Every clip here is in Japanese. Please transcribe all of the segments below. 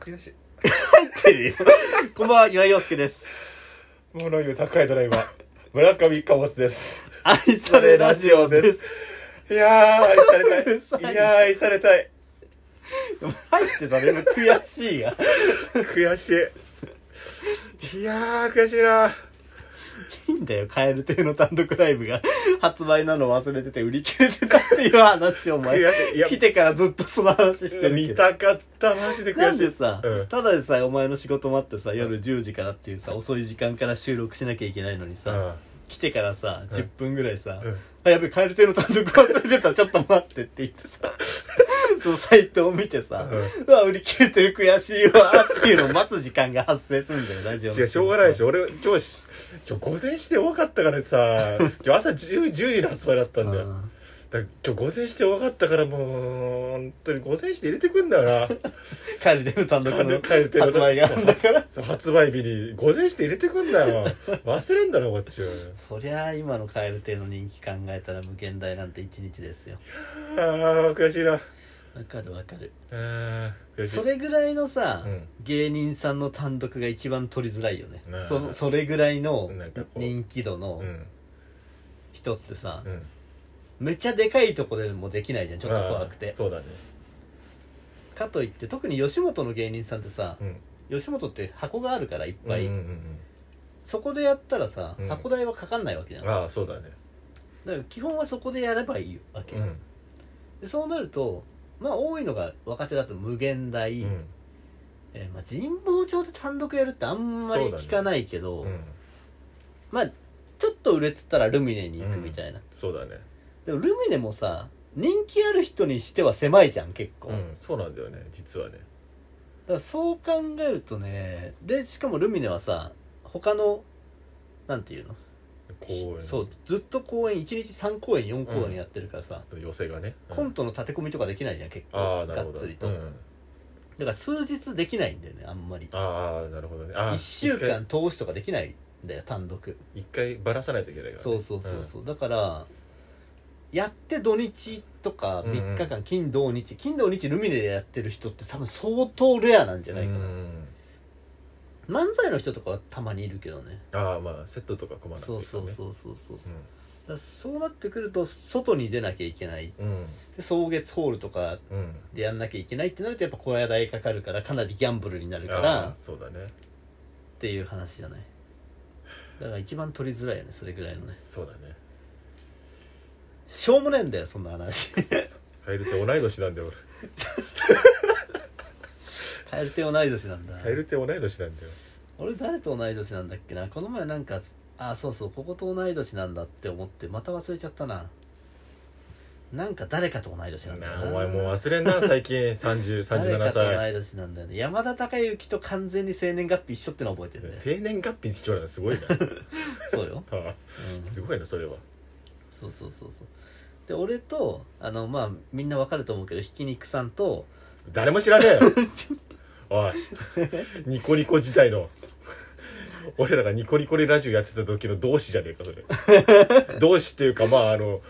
悔しいこんばんは、岩井陽介です。モノユ宅配ドライ バー村上貨物です愛されラジオです。いやー愛さうるれさたいいいやー愛されたい入ってたね、悔しいや。悔しいいやー悔しいないいんだよ、カエル亭の単独ライブが発売なの忘れてて売り切れてたっていう話をお前悔しいいや来てからずっとその話してる見けど。たかったマジでな悔んしいでさ、うんただでさえお前の仕事もあってさ夜10時からっていうさ遅い時間から収録しなきゃいけないのにさ、来てからさ10分ぐらいさ、うんあやべカエル亭の単独忘れてたちょっと待ってって言って さそのサイトを見てさ、うわ売り切れてる悔しいわっていうのを待つ時間が発生するんだよラジオの違うしょうがないでしょょ俺今日し今日午前して多かったからさ今日朝 10, 10時の発売だったんだよだから今日午前して多かったからもう本当に午前して入れてくんだ よなカエル亭の単独のカエル亭の単発売があるんだからそう発売日に午前して入れてくんだよ忘れんだろこっちはそりゃあ今のカエル亭の人気考えたら無限大なんて一日ですよああ悔しいなわかるわかるあー悔しいそれぐらいのさ、うん芸人さんの単独が一番取りづらいよねねそのそれぐらいのなんかこう人気度のうん人ってさ、うんめっちゃでかいとこでもできないじゃんちょっと怖くあてーそうだねかといって特に吉本の芸人さんってさう、ん吉本って箱があるからいっぱい、うんうんそこでやったらさ、うん箱代はかかんないわけじゃうんんああそうだねだから基本はそこでやればいいわけ、うんでそうなるとまあ多いのが若手だと無限大、うんえーまあ、神保町で単独やるってあんまりそうだね聞かないけど、うんまあちょっと売れてたらルミネに行くみたいな、そうだねでもルミネもさ人気ある人にしては狭いじゃん結構、うだかんそうなんだよね実はねらそう考えるとねでしかもルミネはさ他のなんていうの公演そうずっと公演1日3公演4公演やってるからさ、その寄せがねうんコントの立て込みとかできないじゃん結ああ構なるがほっどつりと、うだんから数日できないんだよねあんまりああなるほどねあ1週間通しとかできないんだよ単独一回一回ばらさないといけないからねそうそうそうそう、だからやって土日とかうんうん3日間金土日、金土日ルミネでやってる人って多分相当レアなんじゃうんないかな、うん漫才の人とかはたまにいるけどねああまあセットとか組まなくてそいういかそらうねそうそうそうだからそうなってくると外に出なきゃいけないうんうんで草月ホールとかうんでやんなきゃいけないってなるとやっぱ小屋代かかるからかなりギャンブルになるかあらあそうだねっていう話じゃないだから一番取りづらいよねそれぐらいのねそうだねしょうもねえんだよそんな 話カエルって同い年なんだよカエル亭同い年なんだ俺カエルって同い年なんだよ俺誰と同い年なんだっけなこの前なんかあそうそうここと同い年なんだって思ってまた忘れちゃったななんか誰かと同い年なんだよなお前もう忘れんな最近 誰3037かと同歳い年なんだよね山田孝之と完全に生年月日一緒ってのは覚えてるね生年月日一緒なのすごいなそうよ、あうんあ、すごいなそれはそうそうそうそうで俺とあのまあみんなわかると思うけどひき肉さんと誰も知らね えよおいニコニコ時代の俺らがニコニコでラジオやってた時の同志じゃねえかそれ 同志っていうかまああの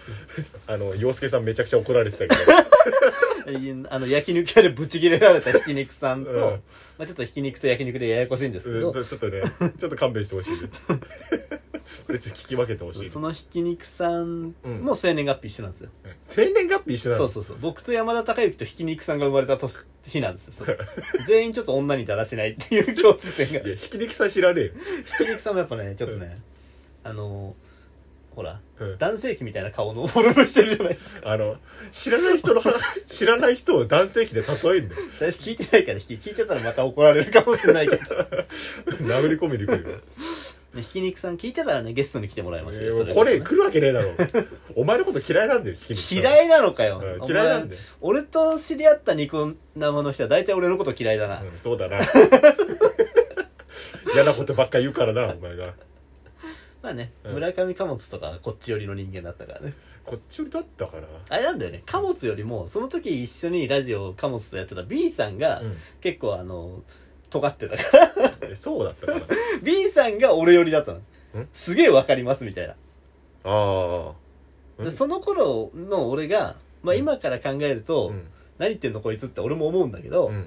あの洋介さんめちゃくちゃ怒られてたけえー あの焼肉屋でブチギレられたひき肉さんと、うんまあ、ちょっとひき肉と焼肉でややこしいんですけど、うど、ん、それちょっとねちょっと勘弁してほしい ねこれちょっと聞き分けてほしいねそのひき肉さんも生年月日一緒なんですよ、うん生年月日一緒なそのうそうそう僕と山田孝之とひき肉さんが生まれた年日なんですよ そう全員ちょっと女にだらしないっていう共通点がいや引き抜きさえ知らねえよ、ひき肉さんもやっぱねちょっとね、あのーほらうん男性器みたいな顔のフォルムしてるじゃないですかあの知らない人の話 知らない人を男性器で例えんだよ私聞いてないからひき聞いてたらまた怒られるかもしれないけ ど殴り込みに来るよねひき肉さん聞いてたらねゲストに来てもらいましたよ、えーそれこれこ来るわけねえだろお前のこと嫌いなんだよ引き抜きそさんね嫌いなのかよ、うんお前嫌いなんだよ、俺と知り合ったニコ生の人は大体俺のこと嫌いだな、うん、そうだな 嫌なことばっか言うからなお前がまあね、うん村上貨物とかはこっち寄りの人間だったからねこっち寄りだったからあれなんだよね貨物よりもその時一緒にラジオを貨物とやってた B さんがうん結構あの尖ってた からえそうだったから B さんが俺寄りだったのすげえわかりますみたいなああでその頃の俺がまあ今から考えると、うん何言ってんのこいつって俺も思うんだけど、うん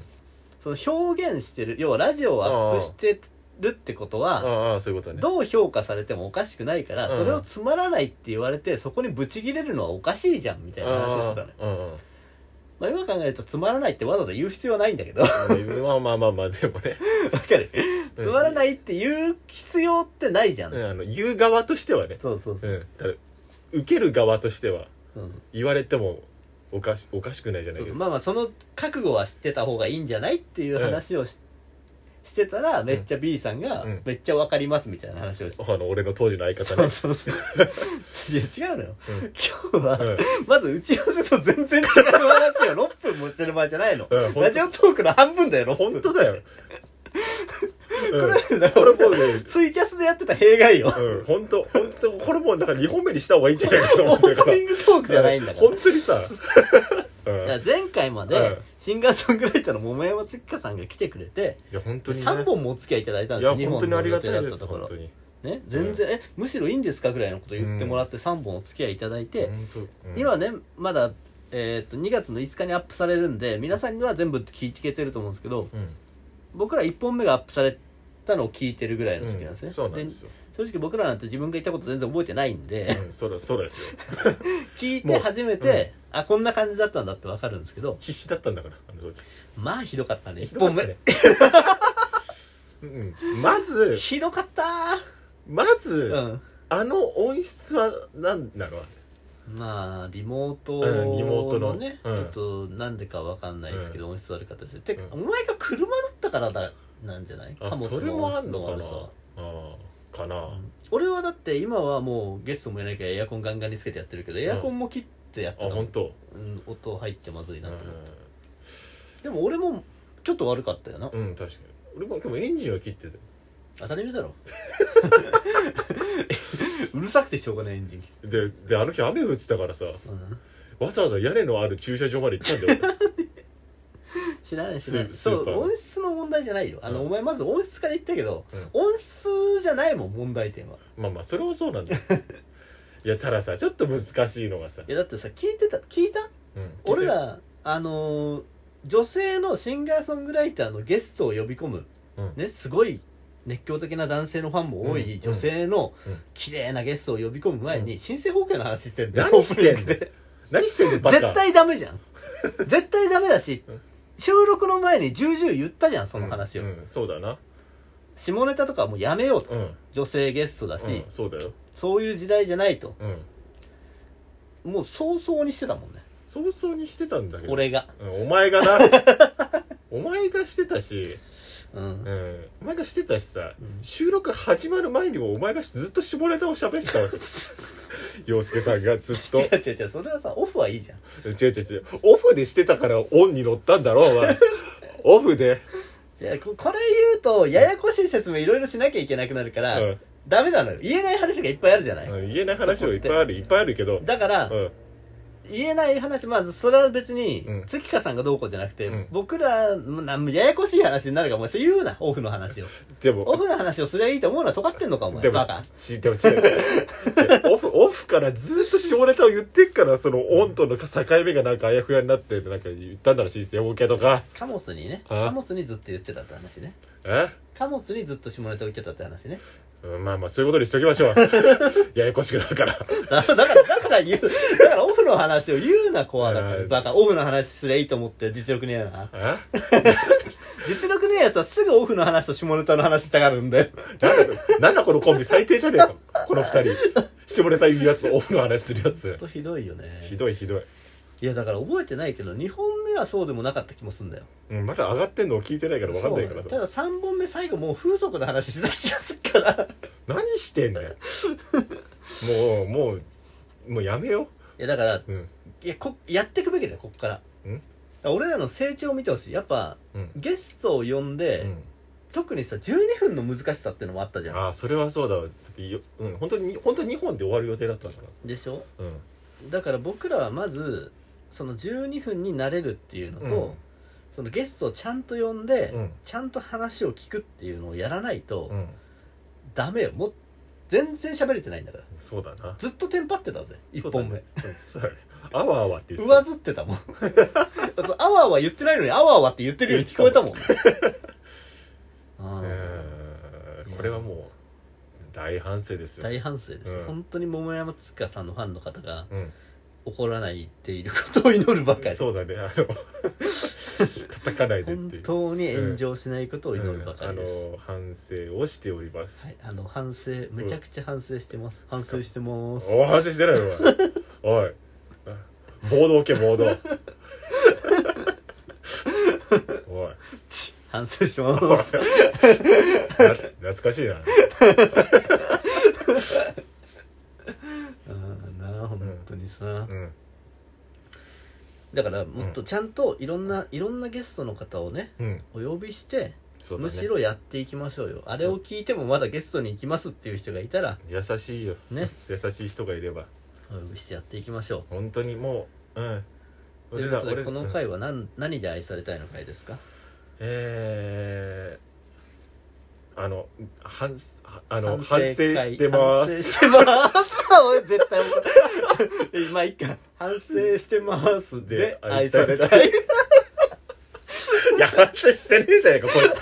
その表現してる要はラジオをアップしてるってことはああそういうことねどう評価されてもおかしくないからうんそれをつまらないって言われてそこにブチギレるのはおかしいじゃんみたいな話をしてたのようんうんまあ今考えるとつまらないってわざわざ言う必要はないんだけどわうんまあまあまあまあでもね、かるつまらないって言う必要ってないじゃんうんあの言う側としてはね、そうそうう、そうんただ受ける側としてはうん言われてもおかしおかしくないじゃないそうけそどうまあまあその覚悟は知ってた方がいいんじゃないっていう話をし,、てたらめっちゃ B さんがうん「めっちゃわかります」みたいな話をして、あの俺の当時の相方そうねそう そういや違うのよ、うん今日は、うんまず打ち合わせと全然違う話を6分もしてる場合じゃないのうんラジオトークの半分だよ6分本当 だよ、うん、こだかれらもうねツイキャスでやってた弊害ようん本当本当これもうなんか2本目にした方がいいんじゃないかとオ思ってるーかプらニングトークじゃないんだから本当に さ、うん、だからい前回まうでんシンガーソングライターの桃山月花さんが来てくれてや本当に、ね、 3本もお付き合いいただいたんいですやよ日本当本にのあり予がた定いだっでたすところ本当にね、全然、えむしろいいんですかぐらいのこと言ってもらって3本お付き合いいただいて、本当、うん今ねまだ、えー、と2月の5日にアップされるんで皆さんには全部聞いていけてると思うんですけどうん僕ら1本目がアップされたのを聞いてるぐらいの時期なんですうね、んそうなんですよ、正直僕らなんて自分が言ったこと全然覚えてない んでうん、そうだそうですよ聞いて初めて、あこんな感じだったんだってわかるんですけど必死だったんだからあの時まあひどかったねひど1か本っ目たね うん、まずひどかったまず、ーうんあの音質は何なのまあリモートうんリモートのね、うんちょっとなんでかわかんないですけど、音質悪かったですて、うんお前が車だったからだなんじゃないあ貨物それもあんのか音な質悪ああかな、さ俺はだって今はもうゲストもいないからエアコンガンガンにつけてやってるけどエアコンも切ってやってたあもん本、当うん、音入ってまずいなうとん思って、でも俺もちょっと悪かったよな、うん確かに俺もでもエンジンは切ってたよ当たり前だろ うるさくてしょうがないエンジン、でであの日雨降ってたからさうん、わざわざ屋根のある駐車場まで行ったんだよ 俺知らない知らないスそスーうパー音質の問題じゃないよあの、うんお前まず音質から言ったけど、音質じゃないもん問題点はまあまあそれはそうなんだよいやたださちょっと難しいのがさい、やだってさ聞いてた聞いたうん俺らあのー女性のシンガーソングライターのゲストを呼び込む、うんねすごい熱狂的な男性のファンも多ういん女性のうん綺麗なゲストを呼び込む前に申請保険の話してんだよ何してオんだープニよング何してんのでバカ絶対ダメじゃん絶対ダメだしうん収録の前に重々言ったじゃんその話を、うんうんそうだな下ネタとかはもうやめようとうん、うん、女性ゲストだし、そうだよそういう時代じゃないとうんもう早々にしてたもんね早々にしてたんだけど、俺がうん、お前がな お前がしてたし、うんうん、お前がしてたしさうん収録始まる前にもお前がずっと下ネタを喋ってた わけ洋介さんがずっと違う違う違うそれはさオフはいいじゃん違う違う違うオフでしてたからオンに乗ったんだろお 前オフで、じゃあここれ言うとややこしい説明いろいろしなきゃいけなくなるかうら、んダメなのよ言えない話がいっぱいあるじゃない、うん、言えない話はいっぱいあるいっぱいあるけど、だから、うん、言えない話まずそれは別に、うん月花さんがどうこうじゃなくて、うん僕らなんややこしい話になるからお前それ言うなオフの話 をでオもフの話をすりゃいいと思うのは尖ってんのかおで前もバカちでも違う違うオフオフからずっと下ネタを言ってっからそのオンとの境目がなんかあやふやになってなんか言ったんだらしいですよ OK とか貨物にねあ貨物にずっと言ってたって話ねえ貨物にずっと下ネタを言ってたって話ねうんまあまあそういうことにしときまし ょうややこしくなるからだだから、だから言う、だからオフの話を言うな、コアだから。うんバカ、オフの話すりゃいいと思って、実力ねえな。え実力ねえやつはすぐオフの話と下ネタの話したがるんだよ。なんだなんだこのコンビ最低じゃねえかこの二人下ネタ言うやつとオフの話するや つほんとひどいよね。ひどいひどい、いや、だから覚えてないけど、2本目はそうでもなかった気もするんだよ。うん、まだ上がってんのを聞いてないから分かんないからそうたさだ3本目最後もう風俗の話してた気がする から。い何してんだ よもうもうもうやめよや、だから、ううんいや、こ、やっていくべきだよ、こっから。うん俺らの成長を見てほしい。やっぱ、うん、ゲストを呼んで、うん特にさ、12分の難しさってのもあったじゃん。ああそれはそうだわだってよ、うん、本当に本当に日本で終わる予定だったんだかでしょらうんだから僕らはまずその12分になれるっていうのと、うんそのゲストをちゃんと呼んで、うんちゃんと話を聞くっていうのをやらないとうんダメよもう全然喋れてないんだからそうだなずっとテンパってたぜ1本目そうだねあわあわって言って上ずってたもんあわあわ言ってないのにあわあわって言ってるように聞こえたもんあた ーうーんこれはもう大反省ですよ大反省です、うん本当に桃山つかさんのファンの方がうん怒らないでいることを祈るばかりそうだねあの 叩かないでってい本う当に炎上しないことを祈るばかりです、うんあの反省をしております、はい、あの反省めちゃくちゃ反省してます、反省してますおい反省してないよ おいおい暴動け暴動おい反省しまおいなす懐かしいな あーなあ本当にさ、うんだからもっとちゃんといろんな、いろんなゲストの方をねうんお呼びして、そうだねむしろやっていきましょうよあれを聞いてもまだゲストに行きますっていう人がいたら優しいよ、ね優しい人がいればお呼びしてやっていきましょ本当にもううんうということでこの回うんは何,、何で愛されたいの回ですかえー、あの反あの反省会してま反省すしてます おい絶対お前今一回反省してますでで愛された愛いいや反省してねえじゃねえかこいつ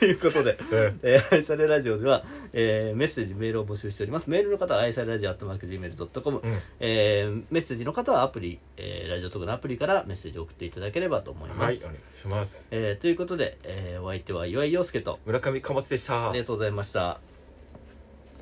ということで うんえー愛されラジオでは、えーメッセージメールを募集しておりますメールの方は愛されラジオ atmarkgmail.com、うんえーメッセージの方はアプリ、えーラジオトークのアプリからメッセージを送っていただければと思います、はいお願いしますえーということで、えーお相手は岩井陽介と村上貨物でしたありがとうございました